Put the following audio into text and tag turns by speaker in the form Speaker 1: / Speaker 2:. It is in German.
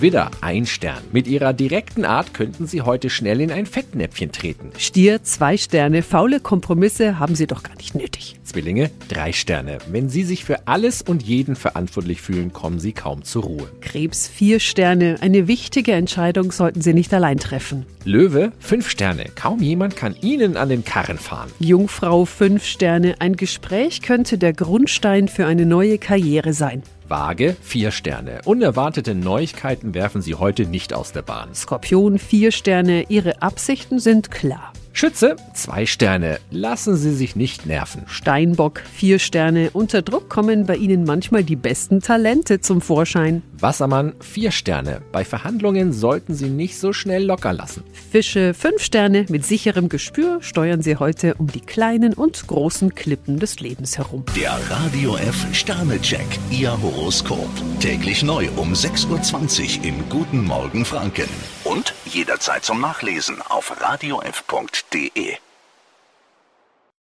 Speaker 1: Widder, ein Stern. Mit ihrer direkten Art könnten Sie heute schnell in ein Fettnäpfchen treten.
Speaker 2: Stier, zwei Sterne. Faule Kompromisse haben Sie doch gar nicht nötig.
Speaker 1: Zwillinge, drei Sterne. Wenn Sie sich für alles und jeden verantwortlich fühlen, kommen Sie kaum zur Ruhe.
Speaker 2: Krebs, vier Sterne. Eine wichtige Entscheidung sollten Sie nicht allein treffen.
Speaker 1: Löwe, fünf Sterne. Kaum jemand kann Ihnen an den Karren fahren.
Speaker 2: Jungfrau, fünf Sterne. Ein Gespräch könnte der Grundstein für eine neue Karriere sein.
Speaker 1: Waage, vier Sterne. Unerwartete Neuigkeiten werfen Sie heute nicht aus der Bahn.
Speaker 2: Skorpion, vier Sterne. Ihre Absichten sind klar.
Speaker 1: Schütze, zwei Sterne. Lassen Sie sich nicht nerven.
Speaker 2: Steinbock, vier Sterne. Unter Druck kommen bei Ihnen manchmal die besten Talente zum Vorschein.
Speaker 1: Wassermann, vier Sterne. Bei Verhandlungen sollten Sie nicht so schnell locker lassen.
Speaker 2: Fische, fünf Sterne. Mit sicherem Gespür steuern Sie heute um die kleinen und großen Klippen des Lebens herum.
Speaker 3: Der Radio F Sternecheck, Ihr Horoskop. Täglich neu um 6.20 Uhr im Guten Morgen Franken. Und jederzeit zum Nachlesen auf radiof.de.